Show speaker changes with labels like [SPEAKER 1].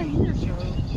[SPEAKER 1] видишь его?